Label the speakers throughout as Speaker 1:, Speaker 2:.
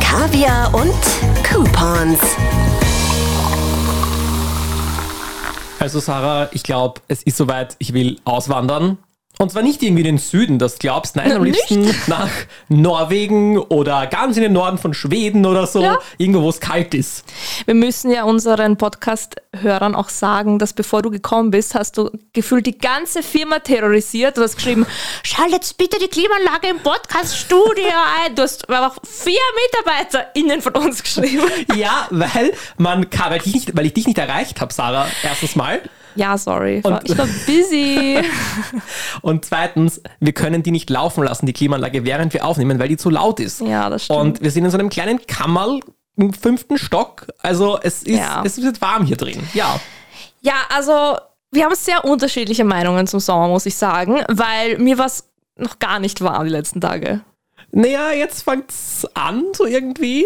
Speaker 1: Trivia und Coupons.
Speaker 2: Also Sarah, ich glaube, es ist soweit, ich will auswandern. Und zwar nicht irgendwie in den Süden, das glaubst Nein,
Speaker 3: Na,
Speaker 2: am liebsten
Speaker 3: nicht?
Speaker 2: nach Norwegen oder ganz in den Norden von Schweden oder so.
Speaker 3: Ja.
Speaker 2: Irgendwo, wo es kalt ist.
Speaker 3: Wir müssen ja unseren Podcast-Hörern auch sagen, dass bevor du gekommen bist, hast du gefühlt die ganze Firma terrorisiert. Du hast geschrieben, schaltet bitte die Klimaanlage im Podcast-Studio ein. Du hast aber auch vier MitarbeiterInnen von uns geschrieben.
Speaker 2: Ja, weil man kann, weil ich dich nicht, weil ich dich nicht erreicht habe, Sarah, erstens mal.
Speaker 3: Ja, sorry.
Speaker 2: Und-
Speaker 3: ich war busy.
Speaker 2: Und zweitens, wir können die nicht laufen lassen, die Klimaanlage, während wir aufnehmen, weil die zu laut ist.
Speaker 3: Ja, das stimmt.
Speaker 2: Und wir sind in so einem kleinen Kammerl im fünften Stock. Also es ist,
Speaker 3: Ja.
Speaker 2: es wird warm hier drin. Ja.
Speaker 3: Ja, also wir haben sehr unterschiedliche Meinungen zum Sommer, muss ich sagen, weil mir war es noch gar nicht warm die letzten Tage.
Speaker 2: Naja, jetzt fängt's an, so irgendwie.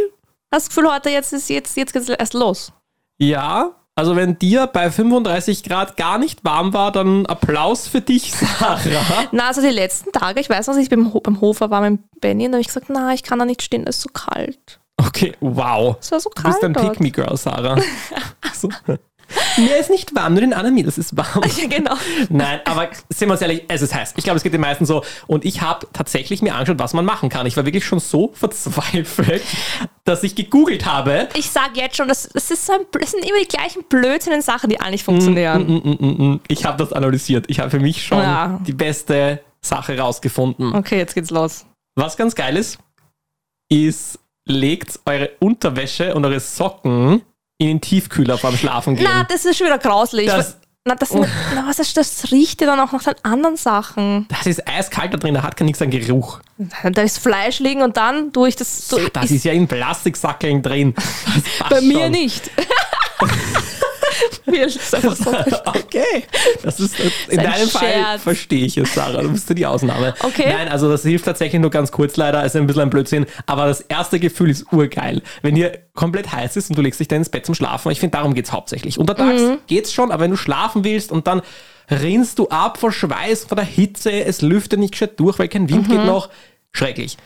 Speaker 3: Hast du das Gefühl, heute jetzt ist jetzt, jetzt geht's erst los.
Speaker 2: Ja. Also wenn dir bei 35 Grad gar nicht warm war, dann Applaus für dich, Sarah.
Speaker 3: Na, also die letzten Tage, ich weiß noch, ich bin beim, Ho- beim Hofer war mit Benny und da habe ich gesagt, na, ich kann da nicht stehen, es ist so kalt.
Speaker 2: Okay, wow.
Speaker 3: Es war so
Speaker 2: Du
Speaker 3: kalt.
Speaker 2: bist ein
Speaker 3: dort.
Speaker 2: Pick-Me-Girl, Sarah. so. Mir ist nicht warm, nur den anderen mir, das ist warm.
Speaker 3: Ja, genau.
Speaker 2: Nein, aber sind wir uns ehrlich, es ist heiß. Ich glaube, es geht den meisten so. Und ich habe tatsächlich mir angeschaut, was man machen kann. Ich war wirklich schon so verzweifelt, dass ich gegoogelt habe.
Speaker 3: Ich sage jetzt schon, das, das, ist so ein, das sind immer die gleichen blödsinnigen Sachen, die eigentlich
Speaker 2: Mm,
Speaker 3: funktionieren.
Speaker 2: Ich habe das analysiert. Ich habe für mich schon
Speaker 3: Ja.
Speaker 2: die beste Sache rausgefunden.
Speaker 3: Okay, jetzt geht's los.
Speaker 2: Was ganz geil ist, ist, legt eure Unterwäsche und eure Socken in den Tiefkühler beim Schlafen gehen.
Speaker 3: Na, das ist schon wieder grauslich.
Speaker 2: Das- Oh.
Speaker 3: na, das, na, was ist, das riecht ja dann auch nach den anderen Sachen.
Speaker 2: das ist eiskalt da drin, da hat gar nichts an Geruch.
Speaker 3: Da ist Fleisch liegen und dann tue ich das. So,
Speaker 2: Das ist ja in Plastiksackeln drin. Das passt
Speaker 3: bei mir
Speaker 2: schon.
Speaker 3: nicht. mir ist es einfach so.
Speaker 2: Okay. Das ist in
Speaker 3: ein
Speaker 2: deinem Fall
Speaker 3: Scherz.
Speaker 2: verstehe ich es, Sarah. Du bist ja die Ausnahme.
Speaker 3: Okay.
Speaker 2: Nein, also das hilft tatsächlich nur ganz kurz leider, ist ein bisschen ein Blödsinn. Aber das erste Gefühl ist urgeil. Wenn dir komplett heiß ist und du legst dich dann ins Bett zum Schlafen, ich finde, darum geht es hauptsächlich.
Speaker 3: Mhm.
Speaker 2: Untertags geht's schon, aber wenn du schlafen willst und dann rinnst du ab vor Schweiß, vor der Hitze, es lüftet nicht gescheit durch, weil kein
Speaker 3: Mhm.
Speaker 2: Wind geht noch. Schrecklich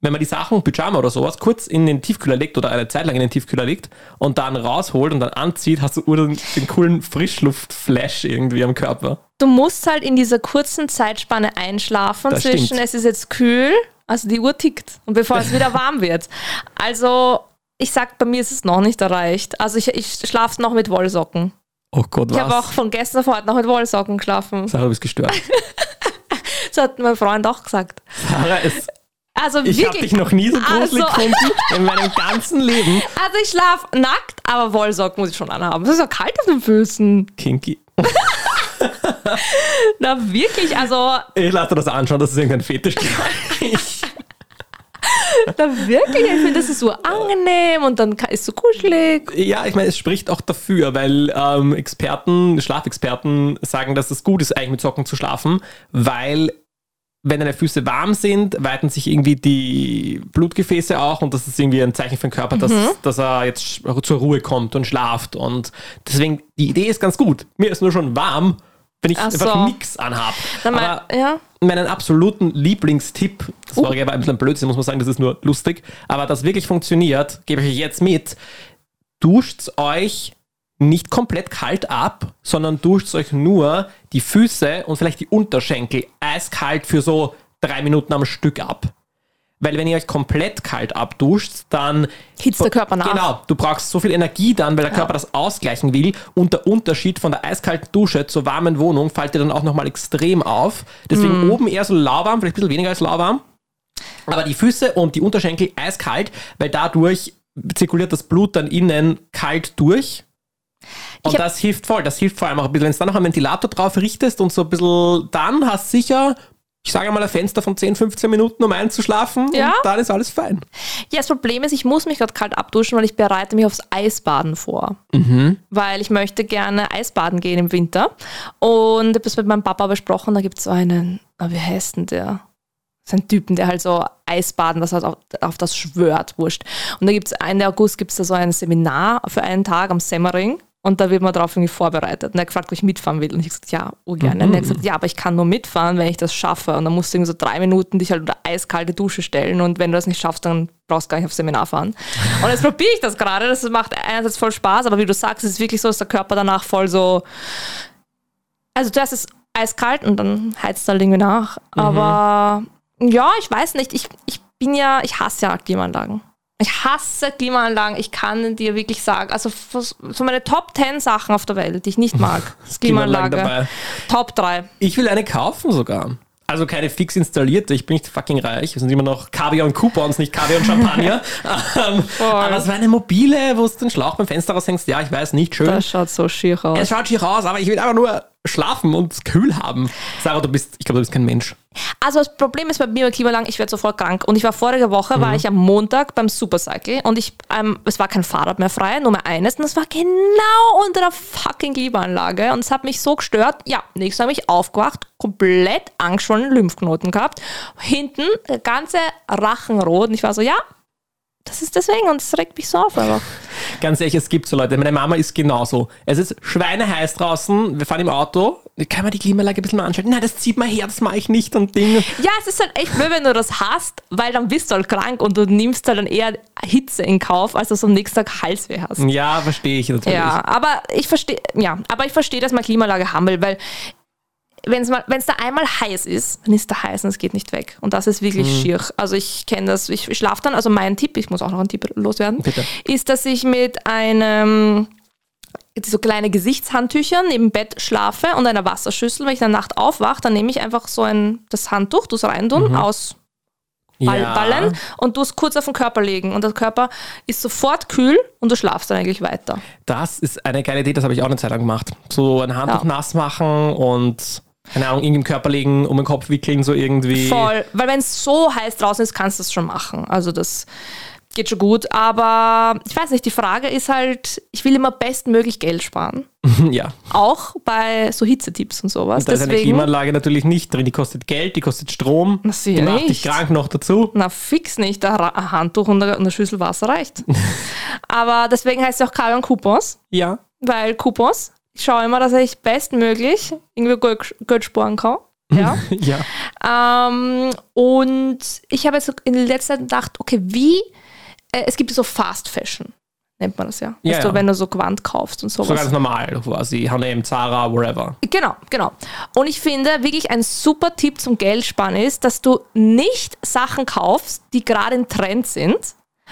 Speaker 2: wenn man die Sachen, Pyjama oder sowas, kurz in den Tiefkühler legt oder eine Zeit lang in den Tiefkühler legt und dann rausholt und dann anzieht, hast du ur den, den coolen Frischluftflash irgendwie am Körper.
Speaker 3: Du musst halt in dieser kurzen Zeitspanne einschlafen
Speaker 2: Das
Speaker 3: zwischen
Speaker 2: stimmt.
Speaker 3: es ist jetzt kühl, also die Uhr tickt und bevor es wieder warm wird. Also ich sag, bei mir ist es noch nicht erreicht. Also ich, ich schlafe noch mit Wollsocken.
Speaker 2: Oh Gott,
Speaker 3: Ich habe auch
Speaker 2: was?
Speaker 3: von gestern auf heute noch mit Wollsocken geschlafen.
Speaker 2: Sarah, du bist gestört.
Speaker 3: Das hat mein Freund auch gesagt.
Speaker 2: Sarah, es,
Speaker 3: Also
Speaker 2: ich habe
Speaker 3: wirklich.
Speaker 2: dich noch nie so gruselig
Speaker 3: Also-
Speaker 2: gefunden in meinem ganzen Leben.
Speaker 3: Also ich schlaf nackt, aber Wollsocken muss ich schon anhaben. Es ist ja kalt auf den Füßen.
Speaker 2: Kinky.
Speaker 3: Na wirklich, also
Speaker 2: Ich lasse dir das anschauen, das ist irgendein Fetisch.
Speaker 3: na wirklich, ich finde das ist so angenehm und dann ka- ist so kuschelig.
Speaker 2: Ja, ich meine, es spricht auch dafür, weil ähm, Experten, Schlafexperten sagen, dass es gut ist, eigentlich mit Socken zu schlafen, weil wenn deine Füße warm sind, weiten sich irgendwie die Blutgefäße auch und das ist irgendwie ein Zeichen für den Körper, dass,
Speaker 3: Mhm.
Speaker 2: dass er jetzt sch- zur Ruhe kommt und schlaft. Und deswegen, die Idee ist ganz gut. Mir ist nur schon warm, wenn ich
Speaker 3: Ach
Speaker 2: einfach
Speaker 3: so.
Speaker 2: nichts anhab.
Speaker 3: Dann mein-
Speaker 2: Aber
Speaker 3: ja.
Speaker 2: meinen absoluten Lieblingstipp, das
Speaker 3: Uh.
Speaker 2: war aber ein bisschen Blödsinn, muss man sagen, das ist nur lustig, aber das wirklich funktioniert, gebe ich euch jetzt mit, duscht euch nicht komplett kalt ab, sondern duscht euch nur die Füße und vielleicht die Unterschenkel eiskalt für so drei Minuten am Stück ab. Weil wenn ihr euch komplett kalt abduscht, dann
Speaker 3: Hitzt der Körper nach.
Speaker 2: Genau, du brauchst so viel Energie dann, weil der Körper das ausgleichen will. Und der Unterschied von der eiskalten Dusche zur warmen Wohnung fällt dir dann auch nochmal extrem auf.
Speaker 3: Mhm.
Speaker 2: Deswegen oben eher so lauwarm, vielleicht ein bisschen weniger als lauwarm. Aber die Füße und die Unterschenkel eiskalt, weil dadurch zirkuliert das Blut dann innen kalt durch. Und
Speaker 3: hab-
Speaker 2: das hilft voll. Das hilft vor allem auch ein bisschen. Wenn du dann noch einen Ventilator drauf richtest und so ein bisschen, dann hast du sicher, ich sage mal, ein Fenster von 10, 15 Minuten, um einzuschlafen.
Speaker 3: Ja.
Speaker 2: Und dann ist alles fein.
Speaker 3: Ja, das Problem ist, ich muss mich gerade kalt abduschen, weil ich bereite mich aufs Eisbaden vor. Weil ich möchte gerne Eisbaden gehen im Winter. Und ich habe das mit meinem Papa besprochen, da gibt es so einen, ah, wie heißt denn der? Das ist ein Typen, der halt so Eisbaden, das heißt auf, auf das schwört, wurscht. Und da gibt es Ende August gibt es da so ein Seminar für einen Tag am Semmering. Und da wird man darauf irgendwie vorbereitet. Und er hat gefragt, ob ich mitfahren will. Und ich habe gesagt, ja, oh gerne. Und er hat gesagt, ja, aber ich kann nur mitfahren, wenn ich das schaffe. Und dann musst du irgendwie so drei Minuten dich halt unter eiskalte Dusche stellen. Und wenn du das nicht schaffst, dann brauchst du gar nicht aufs Seminar fahren. Und jetzt probiere ich das gerade. Das macht einerseits voll Spaß, aber wie du sagst, es ist wirklich so, dass der Körper danach voll so. Also zuerst ist eiskalt und dann heizt er irgendwie nach. Aber ja, ich weiß nicht. Ich, ich bin ja, ich hasse ja Klimaanlagen. Ich hasse Klimaanlagen. Ich kann dir wirklich sagen, also was- so meine Top 10 Sachen auf der Welt, die ich nicht mag, ist
Speaker 2: Klimaanlagen
Speaker 3: Klimaanlage. Top 3.
Speaker 2: Ich will eine kaufen sogar. Also keine fix installierte, ich bin nicht fucking reich. Es sind immer noch Kaviar und Coupons, nicht Kaviar und Champagner. ähm, aber es war eine mobile, wo du den Schlauch beim Fenster raushängst. Ja, ich weiß, nicht schön.
Speaker 3: Das schaut so schier
Speaker 2: Es
Speaker 3: aus.
Speaker 2: schaut schier aus, aber ich will einfach nur schlafen und es kühl haben. Sarah, du bist, ich glaube, du bist kein Mensch.
Speaker 3: Also das Problem ist bei mir bei Klimaanlagen, ich werde sofort krank. Und ich war vorige Woche, war ich am Montag beim Supercycle und ich, ähm, es war kein Fahrrad mehr frei, nur mehr eines. Und es war genau unter der fucking Klimaanlage. Und es hat mich so gestört. Ja, nächstes Mal bin ich aufgewacht, komplett angeschwollene Lymphknoten gehabt. Hinten, der ganze Rachen rot. Und ich war so, ja, das ist deswegen. Und es regt mich so auf. Aber.
Speaker 2: Ganz ehrlich, es gibt so Leute. Meine Mama ist genauso. Es ist schweineheiß draußen, wir fahren im Auto. Kann man die Klimaanlage ein bisschen mal anschalten? Nein, das zieht mein Herz, mache ich nicht und Ding.
Speaker 3: Ja, es ist halt echt blöd, wenn du das hast, weil dann bist du halt krank und du nimmst halt dann eher Hitze in Kauf, als dass du am nächsten Tag Halsweh hast.
Speaker 2: Ja, verstehe ich natürlich.
Speaker 3: Ja, aber ich verstehe, ja, aber ich verstehe, dass man Klimaanlage haben will, weil wenn es mal, wenn es da einmal heiß ist, dann ist da heiß und es geht nicht weg. Und das ist wirklich
Speaker 2: Mhm.
Speaker 3: schier. Also ich kenne das, ich, ich schlafe dann, also mein Tipp, ich muss auch noch einen Tipp loswerden,
Speaker 2: Bitte.
Speaker 3: ist, dass ich mit einem so kleine Gesichtshandtüchern neben Bett schlafe und einer Wasserschüssel, wenn ich in der Nacht aufwache, dann nehme ich einfach so ein, das Handtuch, das reintun,
Speaker 2: Mhm.
Speaker 3: aus Ball, ballen und du es kurz auf den Körper legen und der Körper ist sofort kühl und du schlafst dann eigentlich weiter.
Speaker 2: Das ist eine geile Idee, das habe ich auch eine Zeit lang gemacht. So ein Handtuch
Speaker 3: Ja.
Speaker 2: nass machen und, keine Ahnung, irgendwie im Körper legen, um den Kopf wickeln, so irgendwie.
Speaker 3: Voll, weil wenn es so heiß draußen ist, kannst du es schon machen. Also das geht schon gut, aber ich weiß nicht, die Frage ist halt, ich will immer bestmöglich Geld sparen.
Speaker 2: Ja. Also
Speaker 3: Auch bei so Hitzetipps und sowas.
Speaker 2: Da ist eine
Speaker 3: Deswegen,
Speaker 2: Klimaanlage natürlich nicht drin. Die kostet Geld, die kostet Strom.
Speaker 3: Na, sicher
Speaker 2: die macht dich
Speaker 3: nicht.
Speaker 2: krank noch dazu.
Speaker 3: na fix nicht, ein Ra- ein Handtuch und eine eine Schüssel Wasser reicht. aber deswegen heißt es auch Karl und Coupons,
Speaker 2: Ja.
Speaker 3: weil Coupons, ich schaue immer, dass ich bestmöglich irgendwie Geld, Geld sparen kann. Ja.
Speaker 2: Ja.
Speaker 3: Ähm, und ich habe jetzt in letzter Zeit gedacht, okay, wie, äh, es gibt so Fast Fashion, nennt man das ja.
Speaker 2: Ja,
Speaker 3: weißt du,
Speaker 2: ja.
Speaker 3: wenn du so Gewand kaufst und
Speaker 2: So
Speaker 3: sowas.
Speaker 2: ganz normal quasi. H&M, Zara, wherever.
Speaker 3: Genau, genau. Und ich finde wirklich ein super Tipp zum Geldsparen ist, dass du nicht Sachen kaufst, die gerade im Trend sind,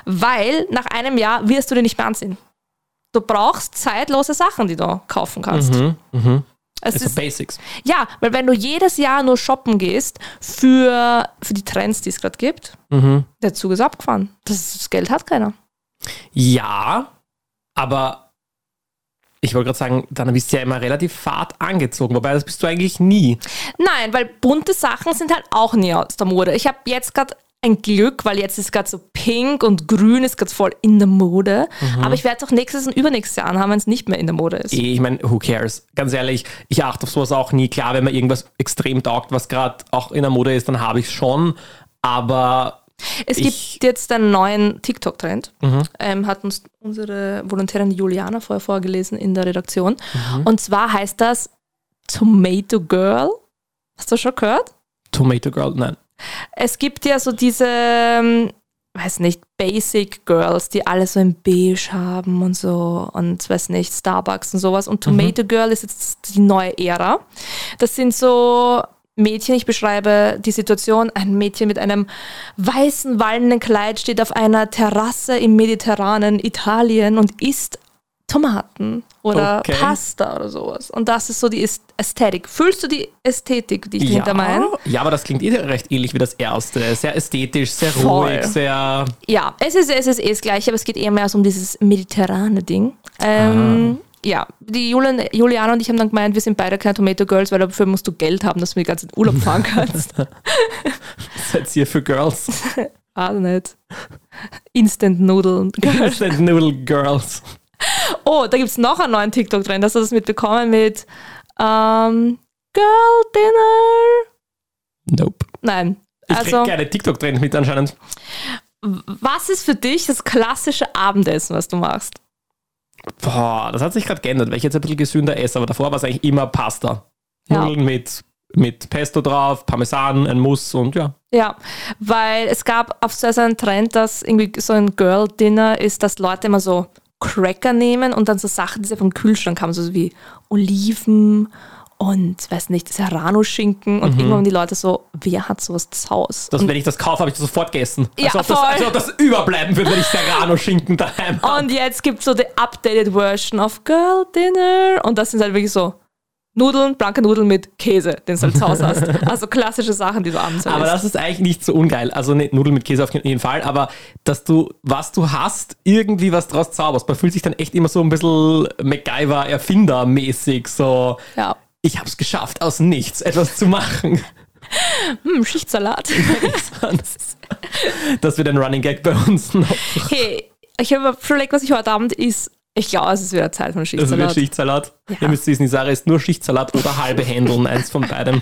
Speaker 3: weil nach einem Jahr wirst du die nicht mehr anziehen. Du brauchst zeitlose Sachen, die du kaufen kannst. Mhm,
Speaker 2: Mhm.
Speaker 3: Es
Speaker 2: Also
Speaker 3: ist,
Speaker 2: Basics.
Speaker 3: ja, weil wenn du jedes Jahr nur shoppen gehst für, für die Trends, die es gerade gibt, der Zug ist abgefahren. Das, ist- das Geld hat keiner.
Speaker 2: Ja, aber ich wollte gerade sagen, dann bist du ja immer relativ fad angezogen. Wobei, das bist du eigentlich nie.
Speaker 3: Nein, weil bunte Sachen sind halt auch nie aus der Mode. Ich habe jetzt gerade ein Glück, weil jetzt ist gerade so pink und grün ist gerade voll in der Mode. Aber ich werde es auch nächstes und übernächstes Jahr anhaben, wenn es nicht mehr in der Mode ist.
Speaker 2: Eh, Ich meine, who cares? Ganz ehrlich, ich achte auf sowas auch nie. Klar, wenn mir irgendwas extrem taugt, was gerade auch in der Mode ist, dann habe ich es schon. Aber
Speaker 3: Es
Speaker 2: Ich-
Speaker 3: gibt jetzt einen neuen TikTok-Trend, ähm, hat uns unsere Volontärin Juliana vorher vorgelesen in der Redaktion. Und zwar heißt das Tomato Girl. Hast du schon gehört?
Speaker 2: Tomato Girl, nein.
Speaker 3: Es gibt ja so diese, ähm, weiß nicht, Basic Girls, die alle so ein Beige haben und so und weiß nicht, Starbucks und sowas. Und
Speaker 2: Mhm.
Speaker 3: Tomato Girl ist jetzt die neue Ära. Das sind so Mädchen, ich beschreibe die Situation, ein Mädchen mit einem weißen, wallenden Kleid steht auf einer Terrasse im mediterranen Italien und isst Tomaten oder
Speaker 2: Okay.
Speaker 3: Pasta oder sowas. Und das ist so die Äst- Ästhetik. Fühlst du die Ästhetik, die ich dahinter meine?
Speaker 2: ja, aber das klingt eh recht ähnlich wie das erste. Sehr ästhetisch, sehr
Speaker 3: Voll.
Speaker 2: ruhig, sehr.
Speaker 3: Ja, es ist, es ist eh das Gleiche, aber es geht eher mehr so um dieses mediterrane Ding. Ähm,
Speaker 2: Ah.
Speaker 3: ja, die Julian, Juliana und ich haben dann gemeint, wir sind beide keine Tomato Girls, weil dafür musst du Geld haben, dass du den ganzen Urlaub fahren kannst.
Speaker 2: Seid ihr für Girls?
Speaker 3: ah, nicht. Instant Nudeln.
Speaker 2: Seid Noodle Girls.
Speaker 3: Oh, da gibt es noch einen neuen TikTok drin, hast du das mitbekommen mit ähm, Girl Dinner.
Speaker 2: Nope.
Speaker 3: Nein.
Speaker 2: Ich
Speaker 3: Also,
Speaker 2: krieg keine TikTok-Trends mit anscheinend.
Speaker 3: was ist für dich das klassische Abendessen, was du machst?
Speaker 2: Boah, das hat sich gerade geändert, weil ich jetzt ein bisschen gesünder esse, aber davor war es eigentlich immer Pasta.
Speaker 3: Ja.
Speaker 2: Nudeln mit, mit Pesto drauf, Parmesan, ein Muss und ja.
Speaker 3: Ja, weil es gab auf so also einen Trend, dass irgendwie so ein Girl-Dinner ist, dass Leute immer so Cracker nehmen und dann so Sachen, die sie vom Kühlschrank haben, so wie Oliven und, weiß nicht, Serrano-Schinken und irgendwann waren die Leute so, wer hat sowas zu Hause?
Speaker 2: Das, wenn ich das kaufe, habe ich das sofort gegessen. als,
Speaker 3: Ja,
Speaker 2: ob das,
Speaker 3: voll. Oh,
Speaker 2: als ob das überbleiben würde, wenn ich Serrano-Schinken daheim habe.
Speaker 3: Und jetzt gibt es so die updated Version of Girl Dinner. Und das sind halt wirklich so Nudeln, blanke Nudeln mit Käse, den du halt zu Hause hast. Also klassische Sachen, die du abends halt
Speaker 2: Aber
Speaker 3: isst.
Speaker 2: das ist eigentlich nicht so ungeil. Also ne, Nudeln mit Käse auf jeden Fall, aber dass du, was du hast, irgendwie was draus zauberst. Man fühlt sich dann echt immer so ein bisschen MacGyver-Erfinder-mäßig. So,
Speaker 3: Ja.
Speaker 2: ich hab's geschafft, aus nichts etwas zu machen.
Speaker 3: Hm, Schichtsalat.
Speaker 2: Das wird ein Running Gag bei uns noch.
Speaker 3: hey, ich habe überlegt, was ich heute Abend isst. Ich glaube, es ist wieder Zeit von
Speaker 2: Das wird
Speaker 3: Schichtsalat.
Speaker 2: Schichtsalat.
Speaker 3: Ja.
Speaker 2: Ihr müsst wissen, die Sarah ist nur Schichtsalat oder halbe Händeln, eins von beidem.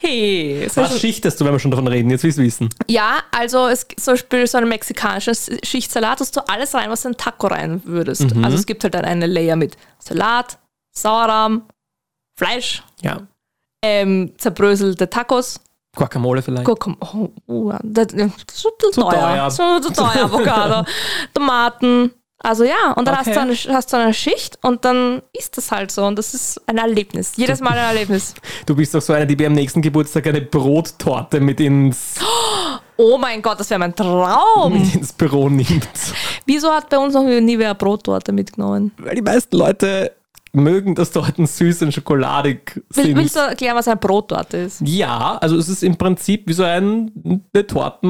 Speaker 3: hey, es
Speaker 2: Was
Speaker 3: ist-
Speaker 2: schichtest du, wenn wir schon davon reden? Jetzt willst du wissen.
Speaker 3: ja, also es gibt zum Beispiel so einen mexikanischen Schichtsalat, tust du alles rein, was in einen Taco rein würdest.
Speaker 2: Mhm.
Speaker 3: Also es gibt halt dann eine Layer mit Salat, Sauerrahm, Fleisch,
Speaker 2: Ja.
Speaker 3: ähm, zerbröselte Tacos,
Speaker 2: Guacamole vielleicht.
Speaker 3: Guacamole, oh, oh, ja, das das ist ein bisschen
Speaker 2: teuer.
Speaker 3: teuer. So zu teuer, Avocado, Tomaten. Also ja, und dann
Speaker 2: Okay.
Speaker 3: hast, du eine, hast du eine Schicht und dann ist das halt so und das ist ein Erlebnis. Jedes Mal ein Erlebnis.
Speaker 2: Du bist doch so eine, die bei am nächsten Geburtstag eine Brottorte mit ins,
Speaker 3: Oh mein Gott, das wäre mein Traum.
Speaker 2: mit ins Büro nimmt.
Speaker 3: Wieso hat bei uns noch nie wer eine Brottorte mitgenommen?
Speaker 2: Weil die meisten Leute mögen, dass Torten süß und schokoladig
Speaker 3: Will,
Speaker 2: sind.
Speaker 3: willst du erklären, was eine Brottorte ist?
Speaker 2: ja, also es ist im Prinzip wie so ein, eine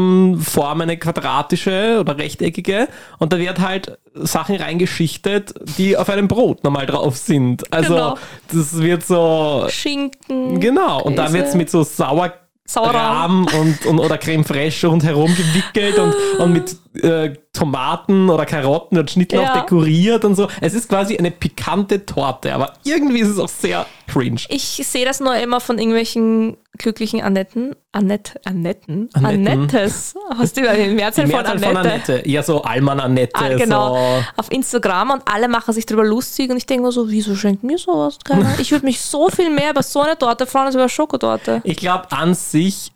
Speaker 2: Tortenform, eine quadratische oder rechteckige und da wird halt Sachen reingeschichtet, die auf einem Brot normal drauf sind. Also
Speaker 3: Genau.
Speaker 2: das wird so,
Speaker 3: Schinken.
Speaker 2: genau, und da wird es mit so sauer
Speaker 3: Sauerrahm.
Speaker 2: Rahm und, und, oder Creme fraiche rundherum gewickelt und, und mit äh, Tomaten oder Karotten und Schnittlauch
Speaker 3: Ja.
Speaker 2: dekoriert und so. Es ist quasi eine pikante Torte, aber irgendwie ist es auch sehr cringe.
Speaker 3: Ich sehe das nur immer von irgendwelchen glücklichen Annetten. Annette, Annetten?
Speaker 2: Annetten.
Speaker 3: Annettes. Hast du die Mehrzahl,
Speaker 2: Die
Speaker 3: von
Speaker 2: Mehrzahl
Speaker 3: Annette?
Speaker 2: von Annette. Ja, so Alman Annette.
Speaker 3: Ah, genau.
Speaker 2: So.
Speaker 3: Auf Instagram und alle machen sich drüber lustig und ich denke mir so, wieso schenkt mir sowas keiner? Ich würde mich so viel mehr über so eine Torte freuen als über eine Schokotorte.
Speaker 2: Ich glaube, an sich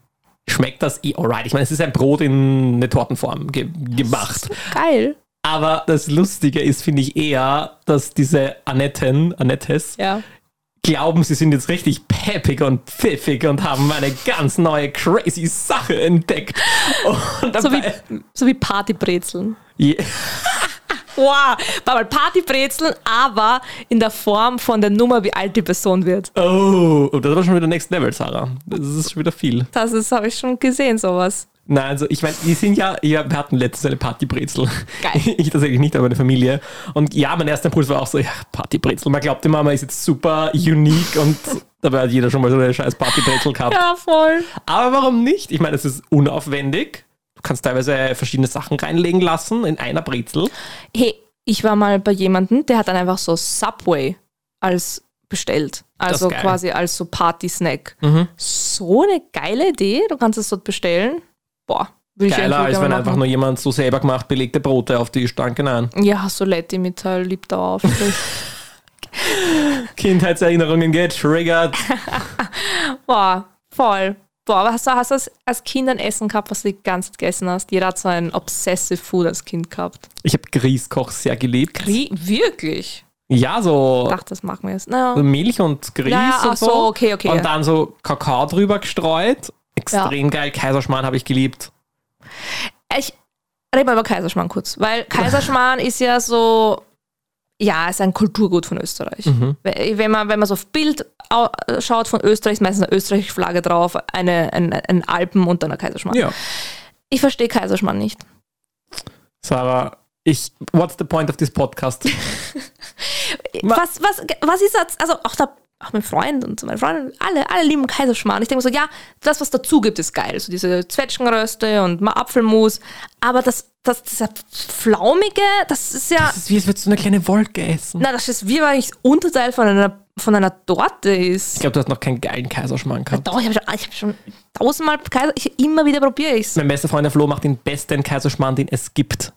Speaker 2: schmeckt das eh alright. Ich meine, es ist ein Brot in eine Tortenform ge gemacht.
Speaker 3: Geil.
Speaker 2: Aber das Lustige ist, finde ich, eher, dass diese Annetten, Annettes,
Speaker 3: Ja.
Speaker 2: glauben, sie sind jetzt richtig peppig und pfiffig und haben eine ganz neue crazy Sache entdeckt. Und
Speaker 3: So wie,
Speaker 2: dabei,
Speaker 3: so wie Partybrezeln.
Speaker 2: Je-
Speaker 3: Wow, war mal Partybrezeln, aber in der Form von der Nummer, wie alt die Person wird.
Speaker 2: oh, oh, das war schon wieder Next Level, Sarah. Das ist schon wieder viel.
Speaker 3: Das ist, habe ich schon gesehen, sowas.
Speaker 2: Nein, also ich meine, die sind ja, ja, wir hatten letztens eine Partybrezel.
Speaker 3: Geil.
Speaker 2: Ich tatsächlich nicht, aber meine Familie. Und ja, mein erster Impuls war auch so, ja, Partybrezel. Man glaubt immer, man ist jetzt super unique und dabei hat jeder schon mal so eine scheiß Partybrezel gehabt.
Speaker 3: Ja, voll.
Speaker 2: Aber warum nicht? Ich meine, es ist unaufwendig. Du kannst teilweise verschiedene Sachen reinlegen lassen in einer Brezel.
Speaker 3: Hey, ich war mal bei jemandem, der hat dann einfach so Subway als bestellt.
Speaker 2: ist
Speaker 3: Also
Speaker 2: geil. Mhm.
Speaker 3: quasi als so Party-Snack. So eine geile Idee, du kannst es dort bestellen. Boah, will ich
Speaker 2: Geiler,
Speaker 3: eigentlich
Speaker 2: als
Speaker 3: gerne
Speaker 2: wenn
Speaker 3: machen.
Speaker 2: einfach nur jemand so selber gemacht belegte Brote auf die Stangen an.
Speaker 3: Ja, so Letti mit halt lieb da auf.
Speaker 2: Kindheitserinnerungen getriggert.
Speaker 3: Boah, voll. Boah, aber hast du, hast du als- als Kind ein Essen gehabt, was du die ganze Zeit gegessen hast? Jeder hat so ein Obsessive Food als Kind gehabt.
Speaker 2: Ich habe Grießkoch sehr geliebt.
Speaker 3: Wie? Wirklich?
Speaker 2: Ja, so
Speaker 3: Ich dachte, das machen wir jetzt. Naja.
Speaker 2: Milch und Grieß
Speaker 3: Ja, ja,
Speaker 2: und
Speaker 3: ach so, okay, okay.
Speaker 2: Und dann so Kakao drüber gestreut. Extrem geil. Kaiserschmarrn habe ich geliebt.
Speaker 3: Ich rede mal über Kaiserschmarrn kurz, weil Kaiserschmarrn ist ja so, ja, ist ein Kulturgut von Österreich. Wenn wenn man, wenn man so auf Bild au- schaut von Österreich, ist meistens eine österreichische Flagge drauf, eine, ein, ein Alpen und dann ein Kaiserschmarrn.
Speaker 2: Ja.
Speaker 3: Ich verstehe Kaiserschmarrn nicht.
Speaker 2: Sarah, ich, what's the point of this podcast? Ma-
Speaker 3: Was, was, was ist das? Also auch da, auch mein Freund und meine Freundin, alle, alle lieben Kaiserschmarrn. Ich denke mir so, ja, das, was dazu gibt, ist geil. So diese Zwetschgenröste und mal Apfelmus. Aber das, das, dieser Flaumige, das ist ja.
Speaker 2: Es ist wie, als würdest du eine kleine Wolke essen.
Speaker 3: Na, das ist wie wenn ich Unterteil von einer, von einer Torte
Speaker 2: Ich
Speaker 3: ist.
Speaker 2: glaube, du hast noch keinen geilen Kaiserschmarrn gehabt.
Speaker 3: Doch, ich habe schon, ich hab schon tausendmal Kaiser, ich immer wieder probiere ich es.
Speaker 2: Mein bester Freund der Flo macht den besten Kaiserschmarrn, den es gibt.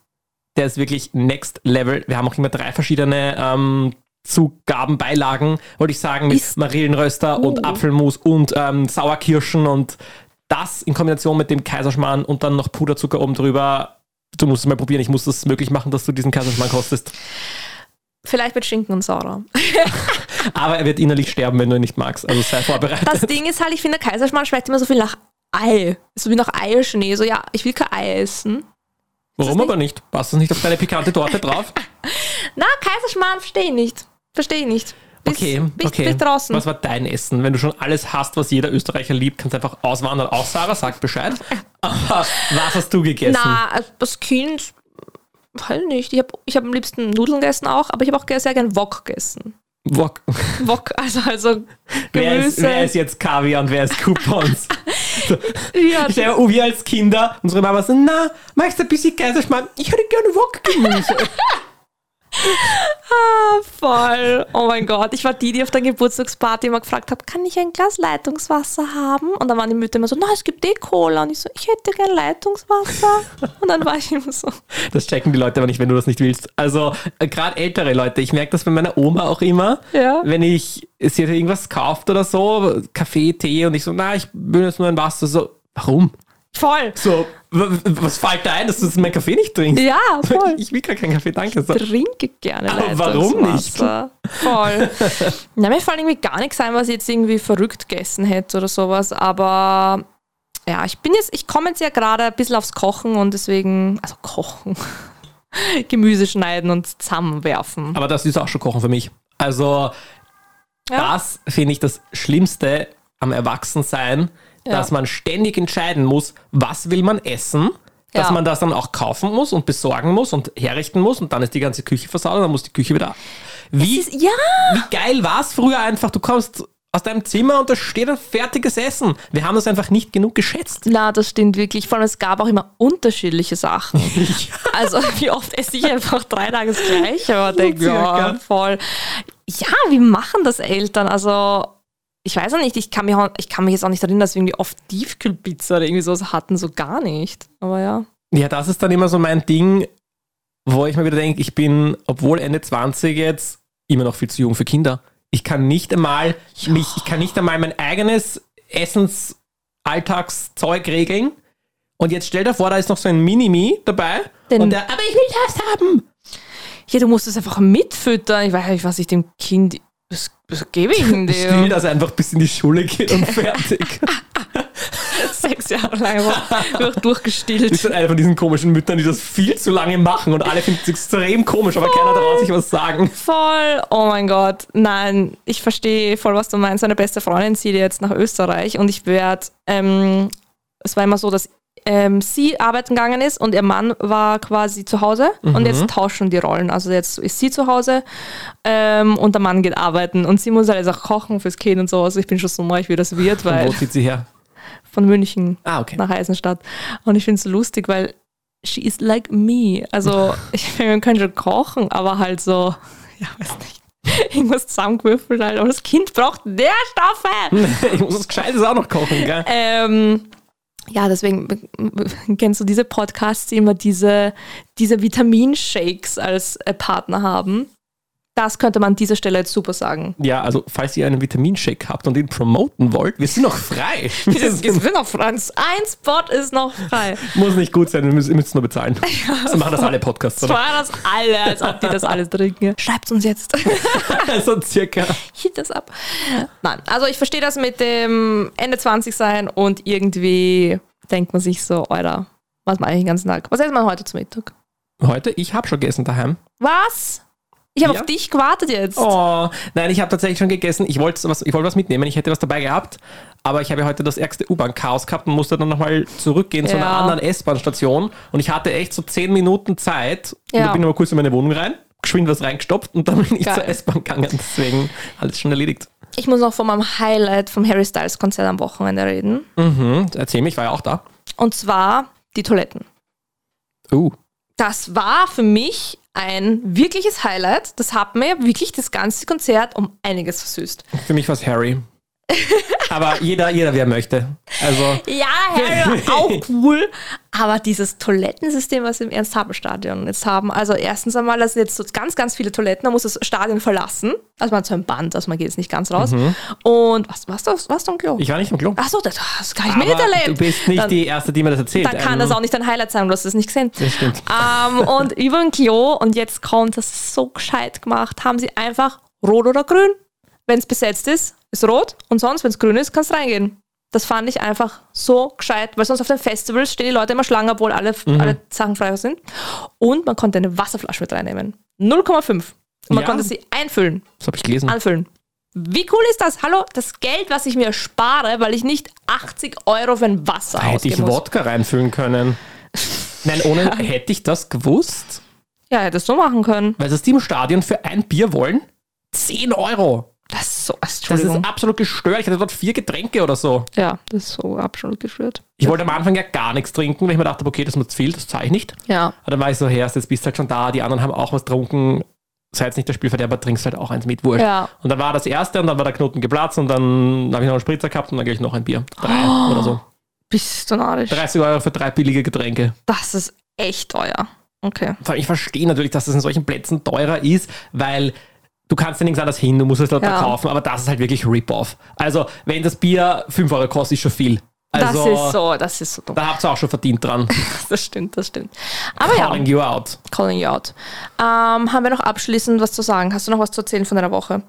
Speaker 2: der ist wirklich next level. Wir haben auch immer drei verschiedene ähm, Zugaben, Beilagen, wollte ich sagen, mit
Speaker 3: Ist-
Speaker 2: Marillenröster und Apfelmus und ähm, Sauerkirschen und das in Kombination mit dem Kaiserschmarrn und dann noch Puderzucker oben drüber. Du musst es mal probieren. Ich muss das möglich machen, dass du diesen Kaiserschmarrn kostest.
Speaker 3: Vielleicht mit Schinken und Sauer.
Speaker 2: Aber er wird innerlich sterben, wenn du ihn nicht magst. Also sei vorbereitet.
Speaker 3: Das Ding ist halt, ich finde, der Kaiserschmarrn schmeckt immer so viel nach Ei. So wie nach Eierschnee. So, ja, ich will kein Ei essen.
Speaker 2: Warum
Speaker 3: nicht-
Speaker 2: aber nicht? Passt das nicht auf deine pikante Torte drauf?
Speaker 3: Na, Kaiserschmarrn verstehe ich nicht. Verstehe ich nicht. Bis,
Speaker 2: Okay,
Speaker 3: bis,
Speaker 2: okay.
Speaker 3: bis draußen.
Speaker 2: Was war dein Essen? Wenn du schon alles hast, was jeder Österreicher liebt, kannst du einfach auswandern. Auch Sarah sagt Bescheid. Aber was hast du gegessen?
Speaker 3: Na, als- als Kind, weiß nicht. Ich habe ich hab am liebsten Nudeln gegessen auch, aber ich habe auch ge- sehr gern Wok gegessen.
Speaker 2: Wok.
Speaker 3: Wok, also, also
Speaker 2: Wer ist,
Speaker 3: Gemüse.
Speaker 2: wer ist jetzt Kaviar und wer ist Coupons?
Speaker 3: ja,
Speaker 2: Ich denke, wir als Kinder, unsere Mama so, na, magst du ein bisschen Kaiserschmarrn? Ich hätte gerne Wok-Gemüse.
Speaker 3: ah, voll. Oh mein Gott. Ich war die, die auf der Geburtstagsparty immer gefragt hat, kann ich ein Glas Leitungswasser haben? Und dann waren die Mütter immer so, na, es gibt eh Cola. Und ich so, ich hätte gern Leitungswasser. Und dann war ich immer so,
Speaker 2: Das checken die Leute aber nicht, wenn du das nicht willst. Also, äh, gerade ältere Leute, ich merke das bei meiner Oma auch immer.
Speaker 3: Ja.
Speaker 2: Wenn ich sie hat irgendwas kauft oder so, Kaffee, Tee und ich so, na, ich will jetzt nur ein Wasser. So, warum?
Speaker 3: voll.
Speaker 2: So, w- w- was fällt dir ein, dass du jetzt meinen Kaffee nicht trinkst?
Speaker 3: Ja, voll.
Speaker 2: Ich will gar keinen Kaffee, danke. So,
Speaker 3: trinke gerne
Speaker 2: Aber warum
Speaker 3: Leitungswasser. Voll. Na, mir fällt irgendwie gar nichts ein, was ich jetzt irgendwie verrückt gegessen hätte oder sowas, aber ja, ich bin jetzt, ich komme jetzt ja gerade ein bisschen aufs Kochen und deswegen, also kochen, Gemüse schneiden und zusammenwerfen.
Speaker 2: aber das ist auch schon Kochen für mich. Also,
Speaker 3: Ja.
Speaker 2: das finde ich das Schlimmste am Erwachsensein,
Speaker 3: Ja.
Speaker 2: dass man ständig entscheiden muss, was will man essen, dass
Speaker 3: Ja.
Speaker 2: man das dann auch kaufen muss und besorgen muss und herrichten muss und dann ist die ganze Küche versaut und dann muss die Küche wieder. Wie,
Speaker 3: Das ist, ja,
Speaker 2: wie geil war es früher einfach? Du kommst aus deinem Zimmer und da steht ein fertiges Essen. Wir haben das einfach nicht genug geschätzt.
Speaker 3: na, das stimmt wirklich. Vor allem, es gab auch immer unterschiedliche Sachen.
Speaker 2: Ich-
Speaker 3: Also wie oft esse ich einfach drei Tage das Gleiche, aber denke,
Speaker 2: circa.
Speaker 3: ja, voll. Ja, wie machen das Eltern? Also ich weiß auch nicht, ich kann, mich, auch- ich kann mich jetzt auch nicht erinnern, dass wir irgendwie oft Tiefkühlpizza oder irgendwie sowas hatten, so gar nicht. Aber ja.
Speaker 2: Ja, das ist dann immer so mein Ding, wo ich mir wieder denke, ich bin, obwohl Ende 20 jetzt, immer noch viel zu jung für Kinder. Ich kann nicht einmal mich, ich kann nicht einmal mein eigenes Essensalltagszeug regeln. Und jetzt stell dir vor, da ist noch so ein Mini-Me dabei.
Speaker 3: Den-
Speaker 2: und der, aber ich will das haben.
Speaker 3: Ja, du musst es einfach mitfüttern. Ich weiß nicht, was ich dem Kind. Was, was gebe ich denn
Speaker 2: Still,
Speaker 3: dem?
Speaker 2: dass er einfach bis in die Schule geht und fertig.
Speaker 3: Sechs Jahre lang einfach durch- durchgestillt.
Speaker 2: Das ist eine von diesen komischen Müttern, die das viel zu lange machen und alle finden es extrem komisch, aber keiner traut sich was sagen.
Speaker 3: Voll, oh mein Gott, nein, ich verstehe voll, was du meinst. Meine beste Freundin zieht jetzt nach Österreich und ich werde, ähm, es war immer so, dass ähm, sie arbeiten gegangen ist und ihr Mann war quasi zu Hause und jetzt tauschen die Rollen. Also jetzt ist sie zu Hause ähm, und der Mann geht arbeiten und sie muss halt jetzt auch kochen fürs Kind und sowas. Ich bin schon so neugierig, wie das
Speaker 2: Und
Speaker 3: wird, weil
Speaker 2: wo zieht sie her?
Speaker 3: von München
Speaker 2: Ah, okay.
Speaker 3: nach Eisenstadt. Und ich finde es lustig, weil she is like me. Also, ich finde, man könnte schon kochen, aber halt so, ja, weiß nicht, irgendwas zusammengewürfelt halt. Aber das Kind braucht Nährstoffe.
Speaker 2: ich muss das Gescheites auch noch kochen, gell?
Speaker 3: Ähm, ja, deswegen äh, kennst du diese Podcasts, die immer diese, diese Vitaminshakes als äh, Partner haben. Das könnte man an dieser Stelle jetzt super sagen.
Speaker 2: Ja, also falls ihr einen Vitaminshake habt und ihn promoten wollt, wir sind noch frei.
Speaker 3: Es wird noch Franz. Ein Spot ist noch frei.
Speaker 2: Muss nicht gut sein, wir müssen, ihr müsst nur bezahlen. so machen das alle Podcasts,
Speaker 3: Das
Speaker 2: oder?
Speaker 3: waren das alle, als ob die das alles trinken. Schreibt uns jetzt.
Speaker 2: so circa.
Speaker 3: Hit das ab. Nein, also ich verstehe das mit dem Ende 20 sein und irgendwie denkt man sich so, Alter, was mache ich den ganzen Tag? Was essen wir heute zum Mittag?
Speaker 2: Heute, ich habe schon gegessen daheim.
Speaker 3: Was? Ich habe
Speaker 2: Ja.
Speaker 3: auf dich gewartet jetzt.
Speaker 2: Oh, nein, ich habe tatsächlich schon gegessen. Ich wollte was, ich wollte was mitnehmen, ich hätte was dabei gehabt, aber ich habe ja heute das ärgste U-Bahn-Chaos gehabt und musste dann nochmal zurückgehen zu einer
Speaker 3: Ja.
Speaker 2: anderen S-Bahn-Station und ich hatte echt so 10 Minuten Zeit und
Speaker 3: Ja.
Speaker 2: da bin ich mal kurz in meine Wohnung rein, geschwind was reingestopft und dann bin ich
Speaker 3: Geil.
Speaker 2: zur S-Bahn gegangen. Deswegen alles schon erledigt.
Speaker 3: Ich muss noch von meinem Highlight vom Harry Styles Konzert am Wochenende reden.
Speaker 2: Mhm, erzähl mir, ich war ja auch da.
Speaker 3: Und zwar die Toiletten.
Speaker 2: Uh.
Speaker 3: Das war für mich ein wirkliches Highlight. Das hat mir wirklich das ganze Konzert um einiges versüßt.
Speaker 2: Für mich war es Harry. Aber jeder, jeder, wer möchte. Also,
Speaker 3: Ja, Harry, auch cool. Aber dieses Toilettensystem, was wir im Ernst-Haben-Stadion jetzt haben, also erstens einmal, da sind jetzt so ganz, ganz viele Toiletten, man muss das Stadion verlassen. Also man hat so ein Band, also man geht jetzt nicht ganz raus. Und was, was, was, was du im Klo?
Speaker 2: Mhm. ich war nicht im Klo.
Speaker 3: Achso, das, das kann ich mir
Speaker 2: Aber
Speaker 3: nicht erleben.
Speaker 2: du bist nicht
Speaker 3: Dann-
Speaker 2: die Erste, die mir das erzählt.
Speaker 3: dann kann
Speaker 2: Also,
Speaker 3: das auch nicht dein Highlight sein, du hast es nicht gesehen.
Speaker 2: Das stimmt.
Speaker 3: Ähm, und über ein Klo, und jetzt kommt das ist so gescheit gemacht, haben sie einfach rot oder grün. Wenn es besetzt ist, ist rot und sonst, wenn es grün ist, kannst reingehen. Das fand ich einfach so gescheit, weil sonst auf den Festivals stehen die Leute immer Schlange, obwohl alle,
Speaker 2: Mhm.
Speaker 3: alle Sachen frei sind. Und man konnte eine Wasserflasche mit reinnehmen. 0,5. Und man
Speaker 2: Ja.
Speaker 3: konnte sie einfüllen
Speaker 2: Das habe ich gelesen.
Speaker 3: anfüllen. Wie cool ist das? Hallo, das Geld, was ich mir spare, weil ich nicht 80 Euro für ein Wasser
Speaker 2: Hätte ich
Speaker 3: ausgeben muss.
Speaker 2: Wodka reinfüllen können. Nein, ohne hätte ich das gewusst,
Speaker 3: Ja, hättest du machen können.
Speaker 2: weil sie es im Stadion für ein Bier wollen? 10 Euro.
Speaker 3: Das ist so,
Speaker 2: Das ist
Speaker 3: Entschuldigung.
Speaker 2: absolut gestört. Ich hatte dort vier Getränke oder so.
Speaker 3: ja, das ist so absolut geschwört.
Speaker 2: Ich wollte am Anfang ja gar nichts trinken, weil ich mir dachte, okay, das ist mir zu viel, das zahle ich nicht.
Speaker 3: Ja.
Speaker 2: Und dann war ich so, Herr, jetzt bist du halt schon da, die anderen haben auch was getrunken. Sei jetzt nicht der Spielverderber, trinkst halt auch eins mit, wurscht.
Speaker 3: Ja.
Speaker 2: Und dann war das erste und dann war der Knoten geplatzt und dann habe ich noch einen Spritzer gehabt und dann gleich noch ein Bier. Drei
Speaker 3: Oh.
Speaker 2: oder so.
Speaker 3: Bist du narrisch?
Speaker 2: 30 Euro für drei billige Getränke.
Speaker 3: Das ist echt teuer. Okay.
Speaker 2: Vor allem, ich verstehe natürlich, dass das in solchen Plätzen teurer ist, weil du kannst ja nichts anderes hin, du musst es dort
Speaker 3: Ja.
Speaker 2: kaufen, aber das ist halt wirklich Rip-Off. Also, wenn das Bier 5 Euro kostet, ist schon viel. Also,
Speaker 3: das ist so, das ist so dumm.
Speaker 2: da habt ihr auch schon verdient dran.
Speaker 3: Das stimmt, das stimmt. Aber
Speaker 2: Calling
Speaker 3: ja,
Speaker 2: you out.
Speaker 3: calling you out. Ähm, haben wir noch abschließend was zu sagen? Hast du noch was zu erzählen von deiner Woche?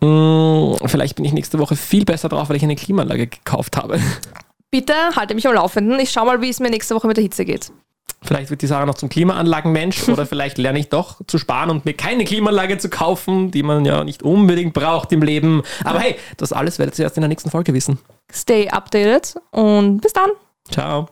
Speaker 2: Hm, vielleicht bin ich nächste Woche viel besser drauf, weil ich eine Klimaanlage gekauft habe.
Speaker 3: Bitte halte mich am Laufenden. Ich schau mal, wie es mir nächste Woche mit der Hitze geht.
Speaker 2: Vielleicht wird die Sarah noch zum Klimaanlagenmensch oder vielleicht lerne ich doch zu sparen und mir keine Klimaanlage zu kaufen, die man ja nicht unbedingt braucht im Leben. Aber hey, das alles werdet ihr erst in der nächsten Folge wissen.
Speaker 3: Stay updated und bis dann.
Speaker 2: Ciao.